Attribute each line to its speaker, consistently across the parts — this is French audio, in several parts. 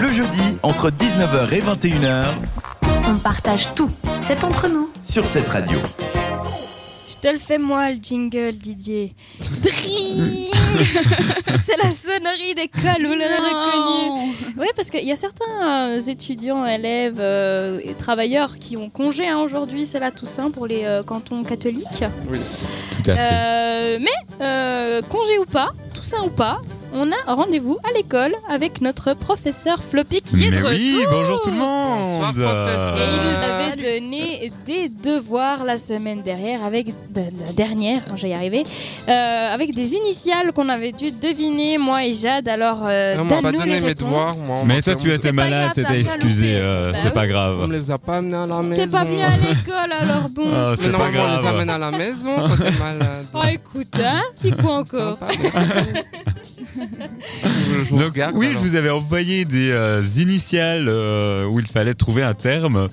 Speaker 1: Le jeudi, entre 19h et 21h,
Speaker 2: On partage tout, c'est entre nous.
Speaker 1: sur cette radio.
Speaker 3: Je te le fais moi le jingle Didier. Dring C'est la sonnerie d'école, vous l'avez reconnue. Oui, parce qu'il y a certains euh, étudiants, élèves euh, et travailleurs qui ont congé hein, aujourd'hui, c'est la Toussaint pour les euh, cantons catholiques.
Speaker 4: Tout à fait.
Speaker 3: Euh, mais euh, congé ou pas, Toussaint ou pas, on a rendez-vous à l'école avec notre professeur Floppy qui est
Speaker 4: Mais
Speaker 3: de
Speaker 4: oui,
Speaker 3: retour.
Speaker 4: bonjour tout le monde.
Speaker 3: Et il nous avait donné des devoirs la semaine dernière, avec ben, la dernière, j'ai y arrivé, euh, avec des initiales qu'on avait dû deviner, moi et Jade. Alors, euh,
Speaker 5: Non, mais on va
Speaker 3: donne-nous les
Speaker 5: donner mes
Speaker 3: réponses.
Speaker 5: devoirs. Moi, on
Speaker 4: Mais
Speaker 5: m'a
Speaker 4: toi,
Speaker 5: fait-
Speaker 4: tu étais
Speaker 2: pas
Speaker 4: malade,
Speaker 2: grave, t'as
Speaker 4: t'étais
Speaker 2: bien
Speaker 4: excusé,
Speaker 2: loupé.
Speaker 4: euh,
Speaker 3: Bah
Speaker 4: c'est
Speaker 3: oui.
Speaker 4: pas
Speaker 5: On
Speaker 4: grave.
Speaker 5: me les a pas amenés à la maison.
Speaker 3: T'es pas venu à l'école, alors bon.
Speaker 4: Ah,
Speaker 5: Mais
Speaker 4: c'est pas
Speaker 5: normalement, on les
Speaker 4: grave.
Speaker 5: amène à la maison quand t'es malade.
Speaker 3: Oh, écoute, hein, puis quoi encore
Speaker 5: Sympa, merci. vous
Speaker 4: Donc,
Speaker 5: regarde,
Speaker 4: oui,
Speaker 5: alors.
Speaker 4: je vous avais envoyé des euh, initiales euh, où il fallait trouver un terme.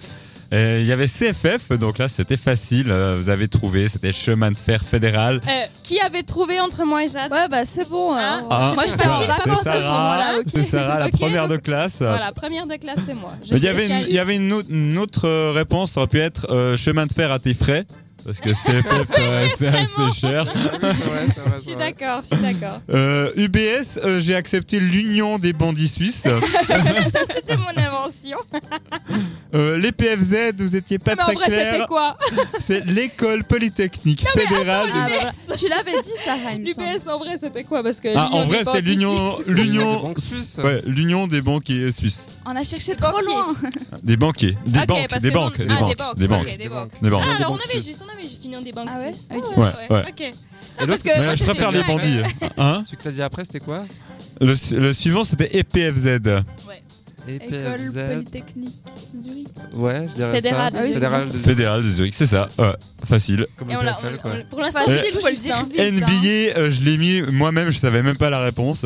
Speaker 4: Et Il y avait CFF, donc là c'était facile, euh, vous avez trouvé, c'était chemin de fer fédéral.
Speaker 3: Euh, Qui avait trouvé entre moi et Jade Hein
Speaker 6: Ouais, bah c'est bon. alors.
Speaker 4: Ah,
Speaker 6: Moi, je
Speaker 4: c'est
Speaker 6: t'ai en
Speaker 4: Sarah,
Speaker 6: vacances
Speaker 4: c'est
Speaker 6: à ce
Speaker 4: Sarah,
Speaker 6: moment-là. ok.
Speaker 4: C'est Sarah, la
Speaker 3: Ok,
Speaker 4: première de
Speaker 3: donc-
Speaker 4: classe.
Speaker 3: Voilà, première de classe, c'est moi. Je-
Speaker 4: Mais Il y avait,
Speaker 3: j'y
Speaker 4: une, il
Speaker 3: arrive.
Speaker 4: y avait une, autre, une autre, euh, réponse, ça aurait pu être euh, chemin de fer à tes frais, parce que CFF euh, c'est assez cher.
Speaker 5: Ouais, c'est vrai, c'est vrai,
Speaker 3: Je
Speaker 5: c'est
Speaker 3: suis
Speaker 5: vrai.
Speaker 3: d'accord, je suis d'accord.
Speaker 4: Euh, UBS, euh, j'ai accepté l'union des bandits suisses.
Speaker 3: Ça, c'était mon invention.
Speaker 4: Euh, les PFZ, vous étiez pas
Speaker 3: Mais en
Speaker 4: très
Speaker 3: vrai, c'était
Speaker 4: clair.
Speaker 3: quoi
Speaker 4: C'est l'école polytechnique fédérale. de-
Speaker 6: Ah, bah, tu l'avais dit, Sarah, il me semble.
Speaker 3: L'UPS, en vrai, c'était quoi Parce que
Speaker 4: Ah, en
Speaker 3: l'Union
Speaker 4: vrai,
Speaker 3: des
Speaker 4: c'est
Speaker 3: banques
Speaker 4: l'union,
Speaker 3: ici,
Speaker 5: L'union des
Speaker 4: l'union,
Speaker 5: banques suisses.
Speaker 4: ouais, l'union des banquiers suisses,
Speaker 6: On a cherché
Speaker 3: Banquier.
Speaker 6: trop loin.
Speaker 4: des banquiers, des
Speaker 3: Ok,
Speaker 4: banques,
Speaker 3: parce
Speaker 4: des
Speaker 3: que nous,
Speaker 4: banques,
Speaker 3: on-
Speaker 4: des
Speaker 3: ah,
Speaker 4: banques, des banques,
Speaker 3: ok, des banques.
Speaker 4: des banques.
Speaker 3: Ah, alors on
Speaker 5: banques
Speaker 3: avait
Speaker 5: suisses.
Speaker 3: juste, on avait juste Union des banques
Speaker 6: Ah ouais
Speaker 3: suisses.
Speaker 6: Ok.
Speaker 4: Ouais, ouais.
Speaker 3: Ok.
Speaker 5: Et
Speaker 3: parce
Speaker 5: l'autre,
Speaker 3: que-
Speaker 4: Mais je préfère les
Speaker 3: Ouais.
Speaker 4: bandits. Hein
Speaker 5: celui que t'as dit après, c'était quoi
Speaker 4: le, su- le suivant, c'était EPFZ.
Speaker 6: École
Speaker 5: EPFZ.
Speaker 6: Polytechnique Zurich.
Speaker 5: Ouais, je dirais
Speaker 3: Fédérale.
Speaker 5: ça.
Speaker 6: Ah oui, c'est
Speaker 5: Fédérale de
Speaker 4: Fédéral de Zurich, c'est ça. Ouais, facile.
Speaker 5: Comme
Speaker 3: Et on
Speaker 5: le
Speaker 3: l'a-
Speaker 5: PFL,
Speaker 3: on-
Speaker 5: quoi.
Speaker 3: on- pour l'instant,
Speaker 6: Facile,
Speaker 3: c'est le
Speaker 6: faut le
Speaker 3: juste, hein.
Speaker 6: dire. Vite, hein.
Speaker 4: NBA, euh, je l'ai mis moi-même, je savais même pas la réponse.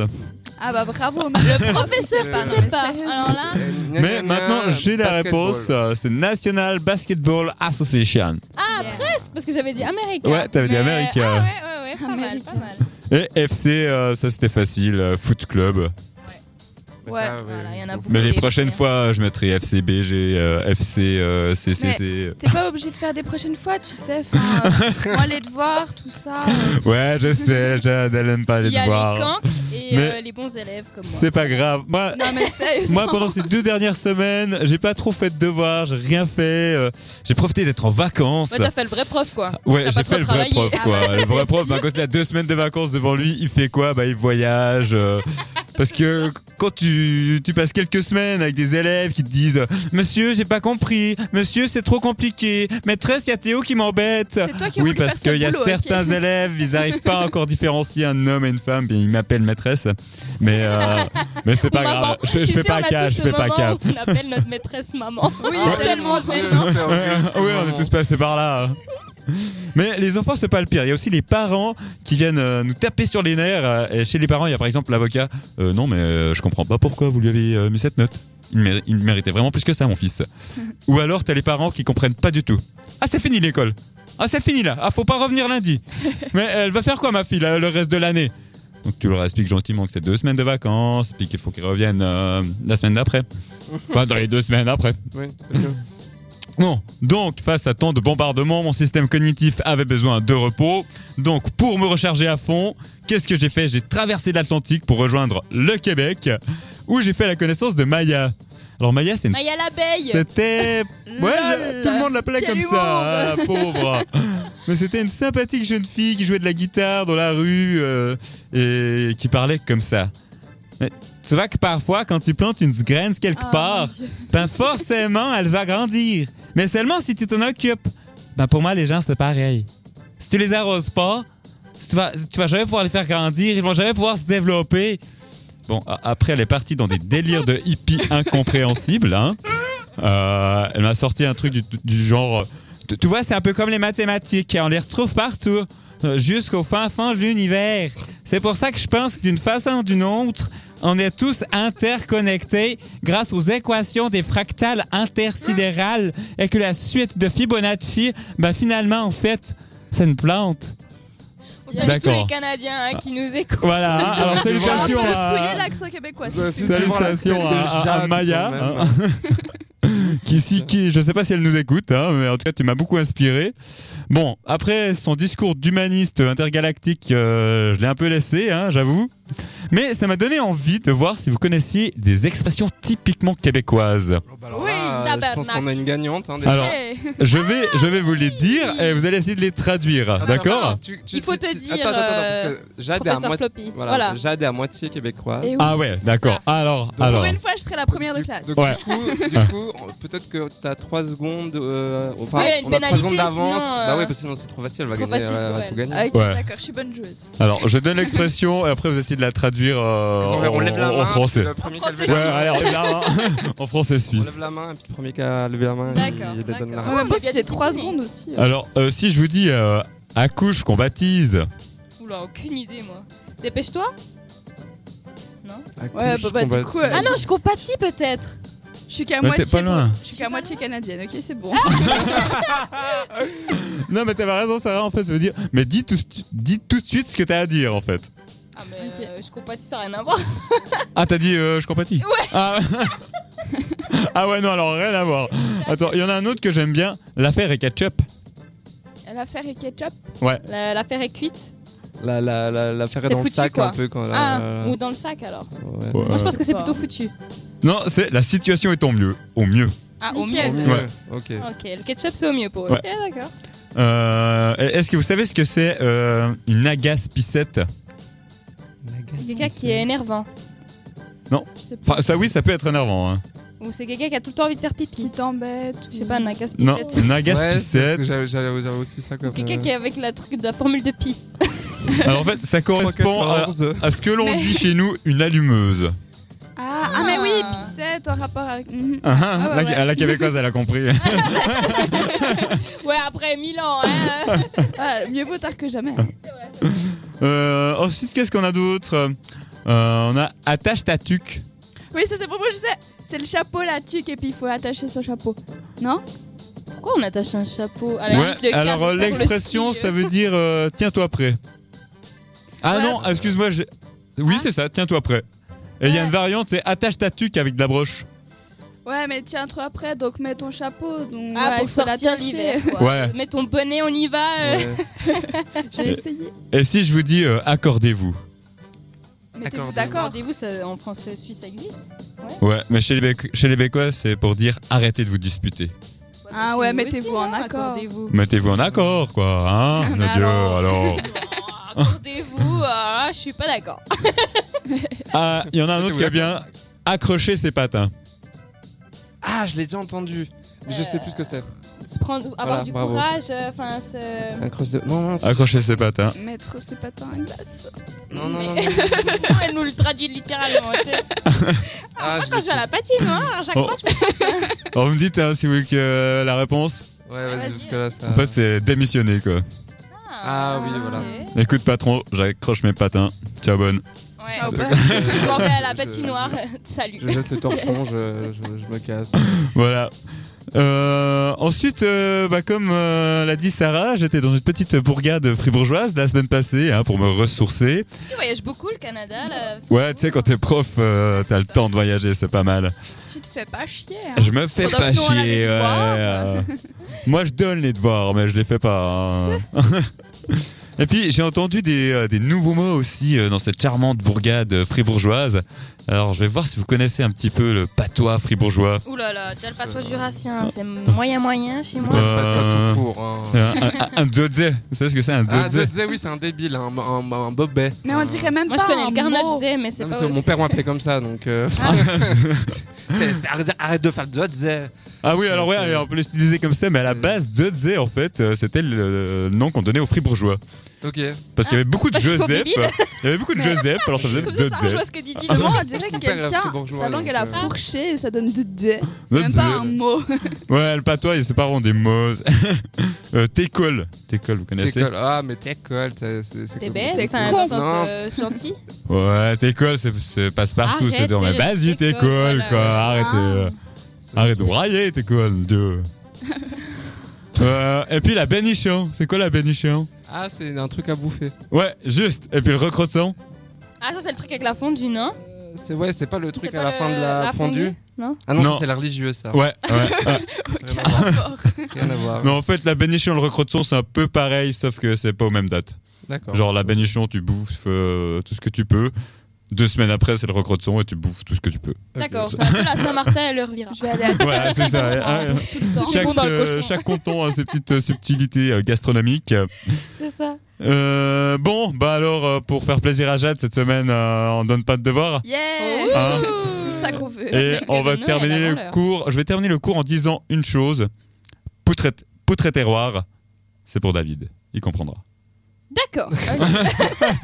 Speaker 6: Ah bah bravo. Le
Speaker 3: Professeur,
Speaker 5: Pas,
Speaker 3: qui
Speaker 5: non,
Speaker 3: sait
Speaker 6: mais
Speaker 3: pas.
Speaker 6: sérieux.
Speaker 3: Alors là,
Speaker 5: Gna,
Speaker 4: Mais
Speaker 5: gna,
Speaker 4: maintenant,
Speaker 5: gna,
Speaker 4: j'ai la
Speaker 5: basketball.
Speaker 4: réponse. euh, C'est National Basketball Association.
Speaker 3: ah, presque, parce que j'avais dit Américain.
Speaker 4: Ouais, t'avais dit
Speaker 3: Mais-
Speaker 4: Américain.
Speaker 3: Ah, ouais, ouais, ouais, pas mal,
Speaker 6: Américain.
Speaker 3: pas mal.
Speaker 4: Et FC, euh, ça c'était facile, euh, Foot Club.
Speaker 5: Mais
Speaker 6: Ouais.
Speaker 5: ça, oui,
Speaker 3: Voilà,
Speaker 5: oui.
Speaker 3: il y en a beaucoup.
Speaker 4: Mais les
Speaker 3: Des
Speaker 4: prochaines
Speaker 3: FC.
Speaker 4: fois, je mettrai FCBG, euh, FC, euh, CCC.
Speaker 6: T'es pas obligé de faire des prochaines fois, tu sais. enfin, euh, moi, les devoirs, tout ça. euh,
Speaker 4: Ouais, je sais, Jade, elle aime pas les
Speaker 3: Il y a les
Speaker 4: devoirs.
Speaker 3: cancres et
Speaker 4: Mais-
Speaker 3: euh, les bons élèves comme moi.
Speaker 4: C'est pas grave. Moi,
Speaker 6: Non, mais sérieusement.
Speaker 4: moi, pendant ces deux dernières semaines, j'ai pas trop fait de devoirs, j'ai rien fait. euh, j'ai profité d'être en vacances.
Speaker 3: Bah, t'as fait le vrai prof, quoi.
Speaker 4: Ouais,
Speaker 3: t'as
Speaker 4: j'ai
Speaker 3: pas
Speaker 4: fait
Speaker 3: trop Ah,
Speaker 4: le vrai
Speaker 3: travaillé.
Speaker 4: prof, quoi. le vrai prof, bah, quand il a deux semaines de vacances devant lui, il fait quoi Bah, il voyage. euh, parce que quand tu, tu passes quelques semaines avec des élèves qui te disent Monsieur, j'ai pas compris. Monsieur, c'est trop compliqué. Maîtresse, il y a Théo qui m'embête.
Speaker 6: C'est toi qui as
Speaker 4: Oui,
Speaker 6: voulu
Speaker 4: parce
Speaker 6: faire ce
Speaker 4: qu'il y a
Speaker 6: boulot, ok.
Speaker 4: certains élèves, ils n'arrivent pas à encore différencier un homme et une femme, puis ils m'appellent maîtresse. Mais, euh, mais c'est pas
Speaker 3: Maman.
Speaker 4: grave. Je, je
Speaker 3: Tu
Speaker 4: fais
Speaker 3: sais,
Speaker 4: pas
Speaker 3: on a
Speaker 4: cas,
Speaker 3: tous
Speaker 4: je
Speaker 3: ce
Speaker 4: fais pas
Speaker 3: moment
Speaker 4: cas.
Speaker 3: où On appelle notre maîtresse maman.
Speaker 6: Oui,
Speaker 3: Ah,
Speaker 6: tellement
Speaker 3: tellement
Speaker 6: gênant.
Speaker 5: Ouais, c'est
Speaker 4: Euh, Ouais,
Speaker 5: horrible,
Speaker 4: ouais, on est
Speaker 5: vraiment.
Speaker 4: tous passés par là. Mais les enfants, c'est pas le pire. Il y a aussi les parents qui viennent euh, nous taper sur les nerfs. euh, et chez les parents, il y a par exemple l'avocat. Euh, non, mais euh, je comprends pas pourquoi vous lui avez euh, mis cette note. Il, méri- il méritait vraiment plus que ça, mon fils. Ou alors, t'as les parents qui comprennent pas du tout. Ah, c'est fini l'école. Ah, c'est fini là. Ah, faut pas revenir lundi. Mais elle va faire quoi, ma fille, là, le reste de l'année Donc, tu leur expliques gentiment que c'est deux semaines de vacances, puis qu'il faut qu'ils reviennent euh, la semaine d'après. Enfin, dans les deux semaines après.
Speaker 5: Oui, c'est mieux.
Speaker 4: Non. Donc, face à tant de bombardements, mon système cognitif avait besoin de repos. Donc, pour me recharger à fond, qu'est-ce que j'ai fait J'ai traversé l'Atlantique pour rejoindre le Québec, où j'ai fait la connaissance de Maya. Alors, Maya, c'est une...
Speaker 3: Maya l'abeille.
Speaker 4: C'était... Ouais, je- tout le monde l'appelait
Speaker 6: Quel
Speaker 4: comme ça, hein, pauvre. Mais c'était une sympathique jeune fille qui jouait de la guitare dans la rue euh, et qui parlait comme ça. Mais tu vois que parfois, quand tu plantes une graine quelque
Speaker 6: Ah, mon
Speaker 4: part,
Speaker 6: Dieu.
Speaker 4: ben forcément, elle va grandir. Mais seulement si tu t'en occupes. Ben pour moi, les gens, c'est pareil. Si tu les arroses pas, si tu vas, tu vas jamais pouvoir les faire grandir, ils vont jamais pouvoir se développer. Bon, a- après, elle est partie dans des délires de hippie incompréhensibles. hein. Euh, elle m'a sorti un truc du, du genre... euh, Tu, tu vois, c'est un peu comme les mathématiques. On les retrouve partout, euh, jusqu'au fin fond de l'univers. C'est pour ça que je pense que d'une façon ou d'une autre, on est tous interconnectés grâce aux équations des fractales intersidérales et ben, que la suite de Fibonacci, bah finalement, en fait, c'est une plante.
Speaker 3: On Salut tous les
Speaker 4: D'accord.
Speaker 3: Canadiens hein, qui nous écoutent.
Speaker 4: Voilà, hein, alors salutations
Speaker 6: On peut
Speaker 4: à...
Speaker 6: souiller l'accent québécois. si
Speaker 5: Ouais,
Speaker 6: tu veux.
Speaker 5: c'est-
Speaker 4: Salutations à, à- à
Speaker 5: Jeanne,
Speaker 4: Maya.
Speaker 5: quand même.
Speaker 4: hein. qui, si- qui- je sais pas si elle nous écoute, hein, mais en tout cas, tu m'as beaucoup inspiré. Bon, après son discours d'humaniste intergalactique, euh, je l'ai un peu laissé, hein, j'avoue. Mais ça m'a donné envie de voir si vous connaissiez des expressions typiquement québécoises.
Speaker 3: Oui,
Speaker 5: Ah, je pense
Speaker 3: tabarnak.
Speaker 5: qu'on a une gagnante. hein, déjà.
Speaker 4: Alors,
Speaker 6: Eh,
Speaker 4: je vais, je vais vous les dire et vous allez essayer de les traduire,
Speaker 5: Attends,
Speaker 4: d'accord
Speaker 5: attends, tu- tu-
Speaker 3: Il faut te
Speaker 5: tu-
Speaker 3: dire,
Speaker 5: Attends, attends, attends,
Speaker 3: euh,
Speaker 5: parce que Jade est à
Speaker 3: Professeur
Speaker 5: moitié.
Speaker 3: Floppy.
Speaker 5: Voilà,
Speaker 3: Voilà.
Speaker 5: Jade est à moitié québécoise.
Speaker 6: Et oui.
Speaker 4: Ah ouais, d'accord. Alors,
Speaker 6: Pour
Speaker 4: alors.
Speaker 6: une fois, je serai la première de classe.
Speaker 5: Donc,
Speaker 4: Ouais.
Speaker 5: du coup, du coup, on- peut-être que t'as 3 secondes. euh, enfin,
Speaker 3: Ouais, une
Speaker 5: on a 3
Speaker 3: pénalité,
Speaker 5: secondes d'avance.
Speaker 3: sinon, euh,
Speaker 5: Bah ouais, parce que sinon c'est trop facile, elle va
Speaker 3: trop
Speaker 5: gagner.
Speaker 3: facile
Speaker 5: elle va
Speaker 3: pour
Speaker 5: tout
Speaker 3: elle.
Speaker 5: gagner.
Speaker 6: Ok,
Speaker 4: Ouais.
Speaker 6: d'accord, je suis bonne joueuse.
Speaker 4: Alors, je donne l'expression et après vous essayez de la traduire euh,
Speaker 5: on,
Speaker 4: en,
Speaker 5: lève la
Speaker 4: en
Speaker 5: main.
Speaker 4: français.
Speaker 5: Le premier
Speaker 3: En
Speaker 5: qui a levé
Speaker 3: français
Speaker 4: Ouais,
Speaker 5: la main.
Speaker 4: allez, on lève la main. en français
Speaker 5: On
Speaker 4: suisse.
Speaker 5: lève la main, et puis le premier qui a levé la main, il,
Speaker 3: D'accord,
Speaker 5: il donne la
Speaker 4: Ah
Speaker 3: d'accord.
Speaker 5: main.
Speaker 6: Ouais, moi,
Speaker 3: il y a
Speaker 6: j'ai
Speaker 3: des
Speaker 6: 3
Speaker 3: techniques.
Speaker 6: secondes aussi. hein.
Speaker 4: Alors, euh, si je vous dis euh, accouche qu'on baptise,
Speaker 3: Oula, aucune idée, moi. Dépêche-toi.
Speaker 6: Ouais, bah, bah, du
Speaker 5: Combat-
Speaker 6: coup, euh,
Speaker 3: Ah non, je compatis peut-être.
Speaker 6: Je suis qu'à
Speaker 4: Bah, t'es
Speaker 6: moitié.
Speaker 4: pas loin.
Speaker 6: Je suis qu'à moitié canadienne, ok, c'est bon.
Speaker 4: Non, mais t'avais raison, Sarah, en fait, ça veut dire. Mais dis tout, dis tout de suite ce que t'as à dire, en fait.
Speaker 3: Ah, mais
Speaker 6: Ok.
Speaker 3: euh, je compatis, ça n'a rien à voir.
Speaker 4: Ah, t'as dit euh, je compatis Ouais ah, Ah ouais, non, alors rien à voir. Attends, il y en a un autre que j'aime bien. L'affaire est ketchup.
Speaker 6: L'affaire est ketchup.
Speaker 3: La- L'affaire est cuite.
Speaker 5: La, la, la, la faire est
Speaker 3: C'est
Speaker 5: dans le
Speaker 3: foutu,
Speaker 5: sac
Speaker 3: quoi.
Speaker 5: un peu
Speaker 4: Bah,
Speaker 5: quand
Speaker 3: Ah,
Speaker 4: euh,
Speaker 5: la-
Speaker 3: ou dans le sac alors.
Speaker 5: ouais.
Speaker 4: Ouais.
Speaker 3: Moi, je pense que c'est
Speaker 6: Bon.
Speaker 3: plutôt foutu.
Speaker 4: Non, c'est la situation est au mieux. Au mieux.
Speaker 3: Ah, au
Speaker 6: Nickel.
Speaker 3: mieux.
Speaker 5: Au mieux, Ok.
Speaker 3: Ok, le ketchup, c'est au mieux pour eux.
Speaker 4: Ouais.
Speaker 3: Ok, d'accord.
Speaker 4: Euh, Est-ce que vous savez ce que c'est euh, une agace pissette
Speaker 3: C'est quelqu'un qui est énervant.
Speaker 6: Je sais pas.
Speaker 4: Enfin, Ça, oui, ça peut être énervant. hein.
Speaker 3: Ou c'est quelqu'un qui a tout le temps envie de faire pipi.
Speaker 6: Qui t'embête.
Speaker 3: Je sais pas, Nakas
Speaker 4: Non, Euh.
Speaker 3: Pissette.
Speaker 4: une agace
Speaker 5: Ouais, c'est ce que
Speaker 4: pissette.
Speaker 5: J'avais j'avais- j'avais aussi ça comme. euh,
Speaker 3: Quelqu'un qui est avec la, truc, de la formule de pi.
Speaker 4: Alors en fait, ça correspond à, à ce que l'on
Speaker 6: Mais-
Speaker 4: dit chez nous une allumeuse.
Speaker 6: Ah, ah, mais oui, pissette en rapport avec. Mhm.
Speaker 4: Ah, ah,
Speaker 6: Ah,
Speaker 4: la,
Speaker 6: ouais, ouais.
Speaker 4: la québécoise, elle a compris.
Speaker 3: Ouais, après Milan, hein.
Speaker 6: Ah, mieux vaut tard que jamais.
Speaker 4: Euh, ensuite, qu'est-ce qu'on a d'autre Euh, On a attache ta tuque.
Speaker 6: Oui, ça c'est pour moi, je sais. C'est le chapeau, la tuque, et puis il faut attacher son chapeau. Non
Speaker 3: Pourquoi on attache un chapeau à la
Speaker 4: Ouais,
Speaker 3: limite, le casque,
Speaker 4: alors
Speaker 3: ça,
Speaker 4: euh,
Speaker 3: pour le
Speaker 4: l'expression,
Speaker 3: ski,
Speaker 4: ça
Speaker 3: euh.
Speaker 4: veut dire euh, tiens-toi prêt. Ah
Speaker 6: Ouais.
Speaker 4: non, excuse-moi. j'ai- Oui,
Speaker 6: Ah.
Speaker 4: c'est ça, tiens-toi prêt. Et il y a
Speaker 6: Ouais.
Speaker 4: une variante, c'est attache ta tuque avec de la broche.
Speaker 6: Ouais, mais tiens, toi après, donc mets ton chapeau. Donc,
Speaker 3: Ah,
Speaker 6: ouais,
Speaker 3: pour
Speaker 6: il faut
Speaker 3: sortir
Speaker 6: l'attacher.
Speaker 3: l'hiver. quoi.
Speaker 4: Ouais.
Speaker 3: Mets ton bonnet, on y va. euh.
Speaker 6: J'ai essayé.
Speaker 4: Et si je vous dis euh, accordez-vous
Speaker 6: Mettez-vous
Speaker 5: Accordez-vous.
Speaker 6: d'accord.
Speaker 3: Rendez-vous, ça, en français suisse, ça existe.
Speaker 4: Ouais, mais chez les, Béc- chez les Bécois, c'est pour dire arrêtez de vous disputer.
Speaker 6: Ah
Speaker 3: chez
Speaker 6: ouais,
Speaker 3: nous
Speaker 6: mettez-vous
Speaker 3: aussi,
Speaker 6: en
Speaker 3: non
Speaker 6: accord.
Speaker 3: Accordez-vous.
Speaker 4: Mettez-vous en accord, quoi, hein
Speaker 6: Mais
Speaker 4: mon Dieu,
Speaker 6: alors
Speaker 4: alors.
Speaker 3: Oh, Accordez-vous, ah, je suis pas d'accord.
Speaker 4: Ah, il y en a un autre qui a bien accroché ses hein. patins.
Speaker 5: Ah, je l'ai déjà entendu. Mais
Speaker 3: Euh.
Speaker 5: Je sais plus ce que c'est.
Speaker 3: Se prendre, avoir
Speaker 5: Voilà,
Speaker 3: du
Speaker 5: bravo.
Speaker 3: courage, euh, enfin, se-
Speaker 5: Un cross de. Non, non, c'est-
Speaker 4: Accrocher ses hein. patins.
Speaker 6: Mettre ses patins à glace.
Speaker 5: non, non, non.
Speaker 3: Mais- elle nous le traduit littéralement. tu sais.
Speaker 5: Ah, je
Speaker 3: Quand je vais à la patinoire,
Speaker 5: Oh,
Speaker 3: j'accroche mes
Speaker 4: Alors vous me dites hein, si vous voulez que euh, la réponse.
Speaker 5: l'ai- Ouais,
Speaker 6: Vas-y.
Speaker 5: vas-y, jusque là, ça.
Speaker 4: En fait, c'est démissionner, quoi.
Speaker 5: Ah oui, voilà.
Speaker 3: Ouais.
Speaker 4: Écoute, patron, j'accroche mes patins. Ciao, bonne.
Speaker 6: Ah,
Speaker 3: Ouais.
Speaker 6: ouais.
Speaker 3: Je m'en vais à la
Speaker 5: Je-
Speaker 3: patinoire. Salut.
Speaker 5: Je jette le torchon, je, je, je me casse.
Speaker 4: Voilà. Euh, ensuite, euh, bah, comme euh, l'a dit Sarah, j'étais dans une petite bourgade fribourgeoise la semaine passée hein, pour me ressourcer.
Speaker 3: Tu voyages beaucoup le Canada là.
Speaker 4: Ouais, tu sais, quand t'es prof, euh, t'as le temps de voyager, c'est pas mal.
Speaker 6: Tu te fais pas chier. hein.
Speaker 4: Je me fais
Speaker 6: Pendant
Speaker 4: pas
Speaker 6: que nous, on a des
Speaker 4: chier. ouais,
Speaker 6: devoirs.
Speaker 4: euh. Moi, je donne les devoirs, mais je les fais pas. hein. Et puis, j'ai entendu des, euh, des nouveaux mots aussi euh, dans cette charmante bourgade euh, fribourgeoise. Alors, je vais voir si vous connaissez un petit peu le patois fribourgeois.
Speaker 3: Ouh là là, déjà le patois
Speaker 5: Ah.
Speaker 3: jurassien, c'est moyen moyen chez moi.
Speaker 4: Euh,
Speaker 5: Pas de casse
Speaker 4: Un,
Speaker 5: pour. Hein.
Speaker 4: Euh, un, un dzodze. Vous savez ce que c'est un
Speaker 5: Ah,
Speaker 4: dzodze
Speaker 5: Zé, oui, c'est un débile, un, un, un bobet.
Speaker 6: Mais on dirait même
Speaker 3: Moi
Speaker 6: pas.
Speaker 3: je connais
Speaker 6: un
Speaker 3: le
Speaker 6: mot.
Speaker 3: Garnot mais c'est
Speaker 5: Non,
Speaker 3: pas
Speaker 5: mais
Speaker 3: aussi-
Speaker 5: c'est-
Speaker 3: Ah.
Speaker 5: mon père m'appelait comme ça, donc. euh, arrête, arrête de faire le Zé.
Speaker 4: Ah oui, alors ouais, elle est un peu stylisée comme ça, mais
Speaker 3: Mm.
Speaker 4: à la base, dzodze, en fait, euh, c'était le euh, nom qu'on donnait aux fribourgeois.
Speaker 5: Ok.
Speaker 4: Parce qu'il y avait beaucoup de
Speaker 3: Ah, parce qu'ils sont
Speaker 4: Joseph.
Speaker 3: débiles.
Speaker 4: Il y avait beaucoup de Joseph, alors ça faisait
Speaker 3: Comme ça, ça
Speaker 4: dzodze.
Speaker 3: rejoint ce que dit
Speaker 5: Ah.
Speaker 3: Didi.
Speaker 6: Vraiment,
Speaker 4: Ah.
Speaker 6: on dirait
Speaker 5: Mon
Speaker 6: que
Speaker 5: père est
Speaker 6: quelqu'un,
Speaker 5: fribourgeois,
Speaker 6: sa langue,
Speaker 5: donc,
Speaker 6: elle a
Speaker 5: euh,
Speaker 6: fourché et ça donne du dé. C'est
Speaker 4: Dé,
Speaker 6: même pas
Speaker 3: hein.
Speaker 4: dé.
Speaker 6: un mot.
Speaker 4: Ouais, le patois, ils se parlent des mots. euh, Técole. Técole, vous connaissez
Speaker 5: T'écoles. Ah, mais t'écoles, t'es- c'est c'est
Speaker 3: T'es
Speaker 5: comme-
Speaker 3: belle,
Speaker 6: T'es
Speaker 3: enfin,
Speaker 6: con.
Speaker 3: dans le sens
Speaker 5: Non.
Speaker 3: de gentil.
Speaker 4: Ouais, Técole, c'est- c'est passe-partout, c'est
Speaker 3: Arrêtez,
Speaker 4: dans mais vas-y,
Speaker 3: Técole,
Speaker 4: Técole,
Speaker 3: voilà. Ah.
Speaker 4: quoi. Arrête,
Speaker 6: Ah.
Speaker 4: euh, arrête de brailler, Técole. Dieu. Euh, et puis la bénichon. C'est quoi la bénichon?
Speaker 5: Ah, c'est un truc à bouffer.
Speaker 4: Ouais, juste. Et puis le recroton.
Speaker 3: Ah, ça, c'est le truc avec la fondue, non
Speaker 5: Euh, C'est ouais, c'est pas le truc
Speaker 3: C'est
Speaker 5: à
Speaker 3: pas
Speaker 5: la
Speaker 3: le-
Speaker 5: fin de la, fondue.
Speaker 3: Non
Speaker 5: Ah non,
Speaker 4: Non.
Speaker 5: ça, c'est la religieuse ça.
Speaker 4: Ouais, ouais. ouais.
Speaker 5: Rien à voir. Rien à
Speaker 6: Ah
Speaker 5: voir.
Speaker 4: Non, en fait, la bénichon et le recroton, c'est un peu pareil, sauf que c'est pas aux mêmes dates.
Speaker 5: D'accord.
Speaker 4: Genre, la bénichon, tu bouffes euh, tout ce que tu peux. Deux semaines après, c'est le recroton et tu bouffes tout ce que tu peux.
Speaker 5: Ok.
Speaker 3: D'accord, c'est un peu la Saint-Martin et le Riviera.
Speaker 6: Je vais aller à
Speaker 4: Voilà, c'est ça.
Speaker 6: Ah,
Speaker 4: Hein,
Speaker 6: on bouffe tout le temps.
Speaker 3: Tout est
Speaker 4: chaque,
Speaker 3: bon dans le
Speaker 4: euh,
Speaker 3: cochon.
Speaker 4: chaque canton a ses petites euh, subtilités euh, gastronomiques.
Speaker 3: C'est ça.
Speaker 4: Euh, bon, bah alors, euh, pour faire plaisir à Jade, cette semaine, euh, on donne pas de devoirs.
Speaker 6: Yeah
Speaker 4: Hein
Speaker 6: Bah, C'est ça qu'on veut.
Speaker 4: Et
Speaker 3: le
Speaker 4: on va
Speaker 3: cadeau de Noël
Speaker 4: terminer
Speaker 3: avant
Speaker 4: le
Speaker 3: l'heure.
Speaker 4: cours. Je vais terminer le cours en disant une chose. Poutre et, poutre et terroir, c'est pour David. Il comprendra.
Speaker 3: D'accord.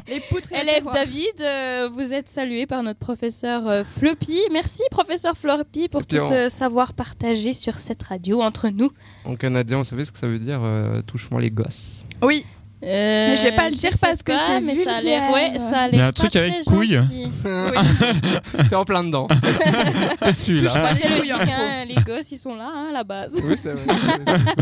Speaker 6: Les poutres et les
Speaker 3: Élève
Speaker 6: terroirs.
Speaker 3: David, euh, vous êtes salué par notre professeur euh, Floppy. Merci professeur Floppy pour
Speaker 5: Et
Speaker 3: tout
Speaker 5: puis on-
Speaker 3: ce savoir partagé sur cette radio entre nous.
Speaker 5: En canadien, vous savez ce que ça veut dire euh, Touche-moi les gosses.
Speaker 6: Oui,
Speaker 3: Euh,
Speaker 6: Mais je vais pas le
Speaker 3: je
Speaker 6: dire
Speaker 3: sais
Speaker 6: parce que
Speaker 3: pas,
Speaker 6: c'est
Speaker 3: mais ça a l'air
Speaker 6: vulgaire.
Speaker 3: ouais, ça a
Speaker 4: Il y a
Speaker 3: l'air pas
Speaker 4: un truc avec
Speaker 3: très
Speaker 4: couille.
Speaker 3: gentil.
Speaker 5: T'es en plein dedans.
Speaker 4: Celui-là.
Speaker 3: Bah, c'est
Speaker 4: Ah.
Speaker 6: couille,
Speaker 3: logique hein,
Speaker 6: hein.
Speaker 3: les gosses ils sont là hein, à la base.
Speaker 5: oui, c'est vrai.